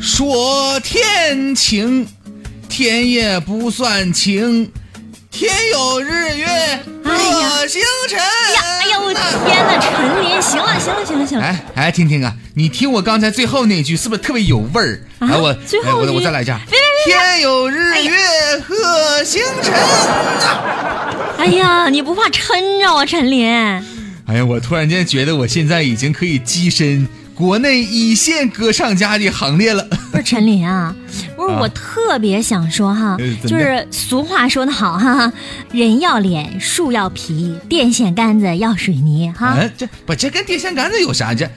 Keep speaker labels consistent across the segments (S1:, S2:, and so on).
S1: 说天晴，天也不算晴，天有日月若星辰。
S2: 哎呀，哎呀，我天哪，陈琳，行了，行了，行了，行了，
S1: 哎哎，听听啊，你听我刚才最后那句是不是特别有味儿？
S2: 啊
S1: 来，我
S2: 最
S1: 哎
S2: 后
S1: 我
S2: 一句
S1: 我再来一下。
S2: 别别
S1: 天有日月和星辰。
S2: 哎呀，你不怕抻着啊，陈琳？
S1: 哎呀，我突然间觉得我现在已经可以跻身国内一线歌唱家的行列了。
S2: 不是陈琳啊，不是
S1: 啊
S2: 我特别想说哈
S1: 呃，怎
S2: 就
S1: 么
S2: 是俗话说得好哈，人要脸，树要皮，电线杆子要水泥哈。
S1: 嗯，这不这跟电线杆子有啥这？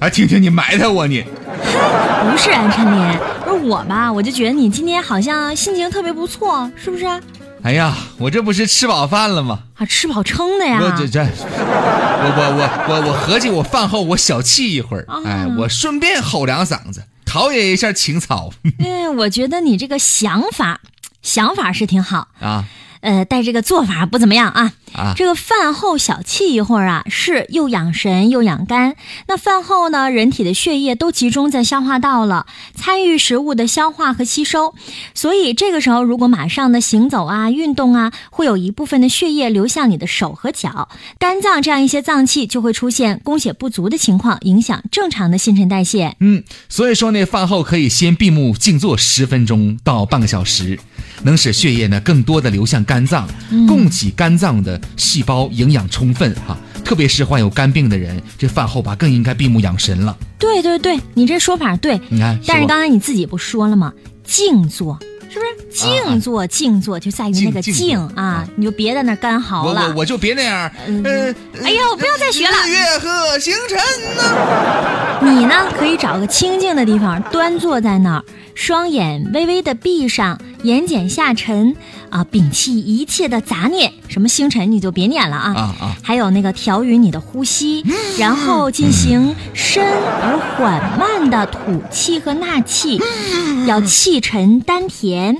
S1: 哎，听听你埋汰我你，
S2: 不是啊，陈琳，不是我吧？我就觉得你今天好像心情特别不错，是不是啊？
S1: 哎呀，我这不是吃饱饭了吗？
S2: 啊，吃饱撑的呀
S1: 我。这这，我我我我我合计我饭后我小憩一会儿，
S2: 啊
S1: 哎，我顺便吼两嗓子，陶冶一下情操
S2: 嗯，我觉得你这个想法，想法是挺好，
S1: 啊
S2: 呃，但这个做法不怎么样啊。
S1: 啊！
S2: 这个饭后小憩一会儿啊，是又养神又养肝。那饭后呢，人体的血液都集中在消化道了，参与食物的消化和吸收。所以这个时候，如果马上的行走啊、运动啊，会有一部分的血液流向你的手和脚，肝脏这样一些脏器就会出现供血不足的情况，影响正常的新陈代谢。
S1: 嗯，所以说呢，饭后可以先闭目静坐十分钟到半个小时，能使血液呢更多的流向肝脏，供给肝脏的细胞营养充分哈、特别是患有肝病的人，这饭后吧更应该闭目养神了。
S2: 对对对，你这说法对。
S1: 你看，
S2: 但是
S1: 吧
S2: 刚才你自己不说了吗？静坐是不是？
S1: 啊
S2: 静坐，静坐就在于那个
S1: 静
S2: 静
S1: 静坐
S2: 啊，你就别在那儿干
S1: 我
S2: 嚎
S1: 我
S2: 了。
S1: 我就别那样，
S2: 嗯
S1: 呃，
S2: 哎呀我不要再学了
S1: 日月和星辰呢？
S2: 你呢，可以找个清静的地方，端坐在那儿，双眼微微的闭上，眼睑下沉啊，摒弃一切的杂念，什么星辰你就别念了啊。
S1: 啊啊！嗯
S2: 还有那个调匀你的呼吸，然后进行深而缓慢的吐气和纳气，
S1: 嗯
S2: 要气沉丹田，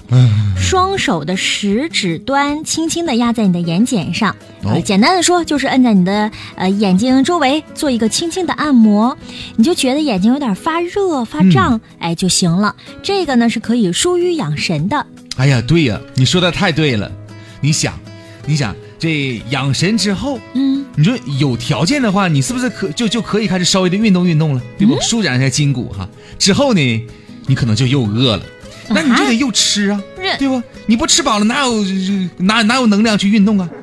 S2: 双手的食指端轻轻地压在你的眼睑上。
S1: 哦
S2: 呃简单的说，就是摁在你的呃眼睛周围做一个轻轻的按摩，你就觉得眼睛有点发热发胀，哎就行了。这个呢是可以疏于养神的。
S1: 哎呀，对呀，你说的太对了。你想，你想这养神之后，
S2: 嗯，
S1: 你说有条件的话，你是不是可就就可以开始稍微的运动运动了，
S2: 嗯
S1: 对不？舒展一下筋骨哈。之后呢，你可能就又饿了，那你就得又吃啊，
S2: 不是
S1: 对不？你不吃饱了，哪有哪哪有能量去运动啊？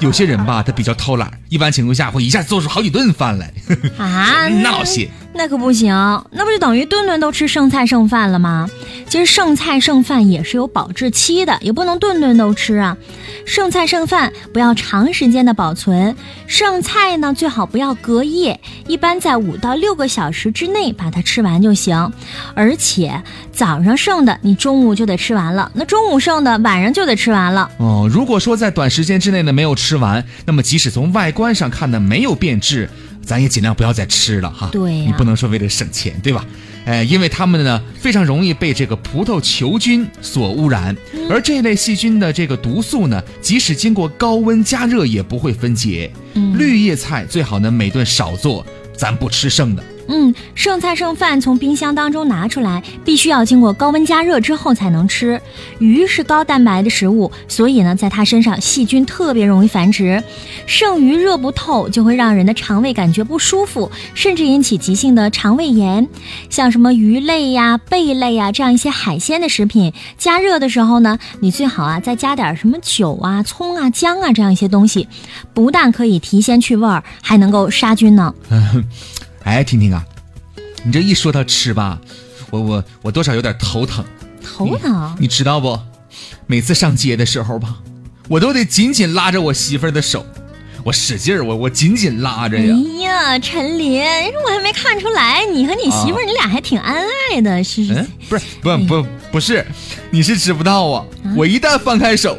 S1: 有些人吧，他比较偷懒，一般情况下会一下子做出好几顿饭来。
S2: 啊，那
S1: 闹心
S2: 那可不行，那不就等于顿顿都吃剩菜剩饭了吗？其实剩菜剩饭也是有保质期的，也不能顿顿都吃啊。剩菜剩饭不要长时间的保存，剩菜呢最好不要隔夜，一般在五到六个小时之内把它吃完就行。而且早上剩的你中午就得吃完了，那中午剩的晚上就得吃完了。
S1: 哦，如果说在短时间之内呢没有吃完，那么即使从外观上看呢没有变质，咱也尽量不要再吃了哈。
S2: 对呀
S1: 你不能说为了省钱，对吧？哎，因为它们呢非常容易被这个葡萄球菌所污染，
S2: 嗯
S1: 而这类细菌的这个毒素呢，即使经过高温加热也不会分解。
S2: 嗯
S1: 绿叶菜最好呢每顿少做，咱不吃剩的。
S2: 嗯，剩菜剩饭从冰箱当中拿出来，必须要经过高温加热之后才能吃。鱼是高蛋白的食物，所以呢，在它身上细菌特别容易繁殖。剩鱼热不透，就会让人的肠胃感觉不舒服，甚至引起急性的肠胃炎。像什么鱼类呀、贝类呀这样一些海鲜的食品，加热的时候呢，你最好啊再加点什么酒啊、葱啊、姜啊这样一些东西，不但可以提鲜去味儿，还能够杀菌呢。
S1: 哎，婷婷啊，你这一说到吃吧，我我我多少有点头疼。
S2: 头疼。
S1: 你知道不？每次上街的时候吧，我都得紧紧拉着我媳妇儿的手，我使劲儿，我我紧紧拉着呀。
S2: 哎呀，陈琳，我还没看出来，你和你媳妇儿，你俩还挺恩爱的，是是
S1: 嗯，不是，不不不是，你是知不道啊，我一旦放开手，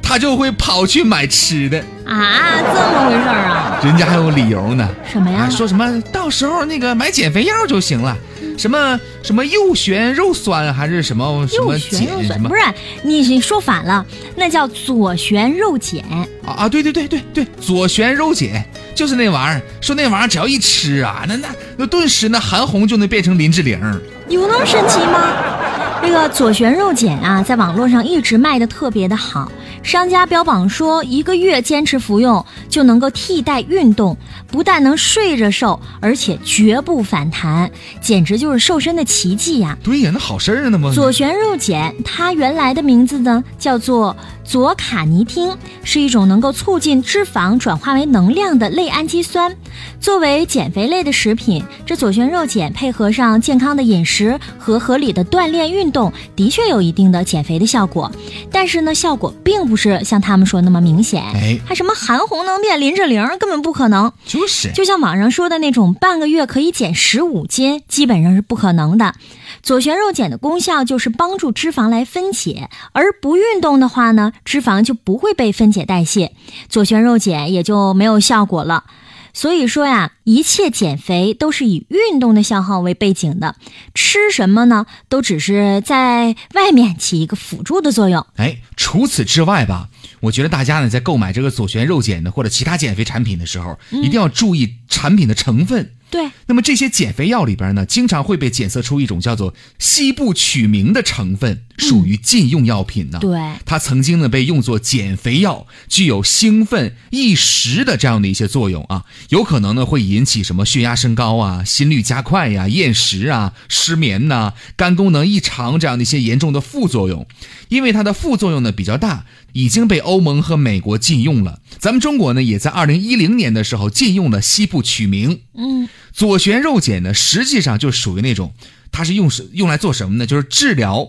S1: 她就会跑去买吃的，
S2: 啊，这么回事儿啊？
S1: 人家还有理由呢。
S2: 什么呀
S1: 啊，？说什么到时候那个买减肥药就行了，什么什么右旋肉酸还是什么什
S2: 右
S1: 么
S2: 旋
S1: 碱
S2: 肉
S1: 什
S2: 酸
S1: 么
S2: 不是你，你说反了，那叫左旋肉碱。
S1: 啊啊，对对对对对，左旋肉碱，就是那玩意儿，说那玩意儿只要一吃啊，那那那顿时那韩红就能变成林志玲。
S2: 有那么神奇吗？这个左旋肉碱啊，在网络上一直卖的特别的好，商家标榜说一个月坚持服用就能够替代运动，不但能睡着瘦，而且绝不反弹，简直就是瘦身的奇迹呀、
S1: 对呀，那好事儿啊，那么
S2: 左旋肉碱，它原来的名字呢叫做左卡尼汀，是一种能够促进脂肪转化为能量的类氨基酸。作为减肥类的食品，这左旋肉碱配合上健康的饮食和合理的锻炼运动，的确有一定的减肥的效果。但是呢，效果并不是像他们说那么明显。
S1: 哎
S2: 还什么韩红能变林志玲，根本不可能。
S1: 就是
S2: 就像网上说的那种半个月可以减十五斤，基本上是不可能的。左旋肉碱的功效就是帮助脂肪来分解，而不运动的话呢，脂肪就不会被分解代谢，左旋肉碱也就没有效果了。所以说呀，一切减肥都是以运动的消耗为背景的，吃什么呢，都只是在外面起一个辅助的作用。
S1: 哎，除此之外吧，我觉得大家呢在购买这个左旋肉碱的或者其他减肥产品的时候，
S2: 嗯
S1: 一定要注意产品的成分。
S2: 对，
S1: 那么这些减肥药里边呢，经常会被检测出一种叫做西部曲明的成分，属于禁用药品呢、
S2: 嗯对
S1: 它曾经呢被用作减肥药，具有兴奋一时的这样的一些作用啊，有可能呢会引起什么血压升高啊、心率加快呀、厌食啊、失眠呐、肝功能异常这样的一些严重的副作用。因为它的副作用呢比较大，已经被欧盟和美国禁用了。咱们中国呢也在二零一零年的时候禁用了西部曲明。
S2: 嗯，
S1: 左旋肉碱呢，实际上就属于那种，它是用是用来做什么呢？就是治疗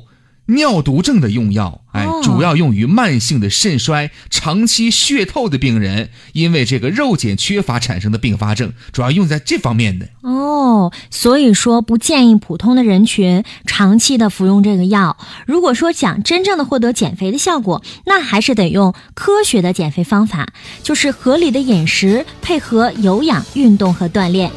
S1: 尿毒症的用药，哎，
S2: 哦
S1: 主要用于慢性的肾衰、长期血透的病人，因为这个肉碱缺乏产生的并发症，主要用在这方面的。
S2: 哦，所以说不建议普通的人群长期的服用这个药。如果说想真正的获得减肥的效果，那还是得用科学的减肥方法，就是合理的饮食配合有氧运动和锻炼。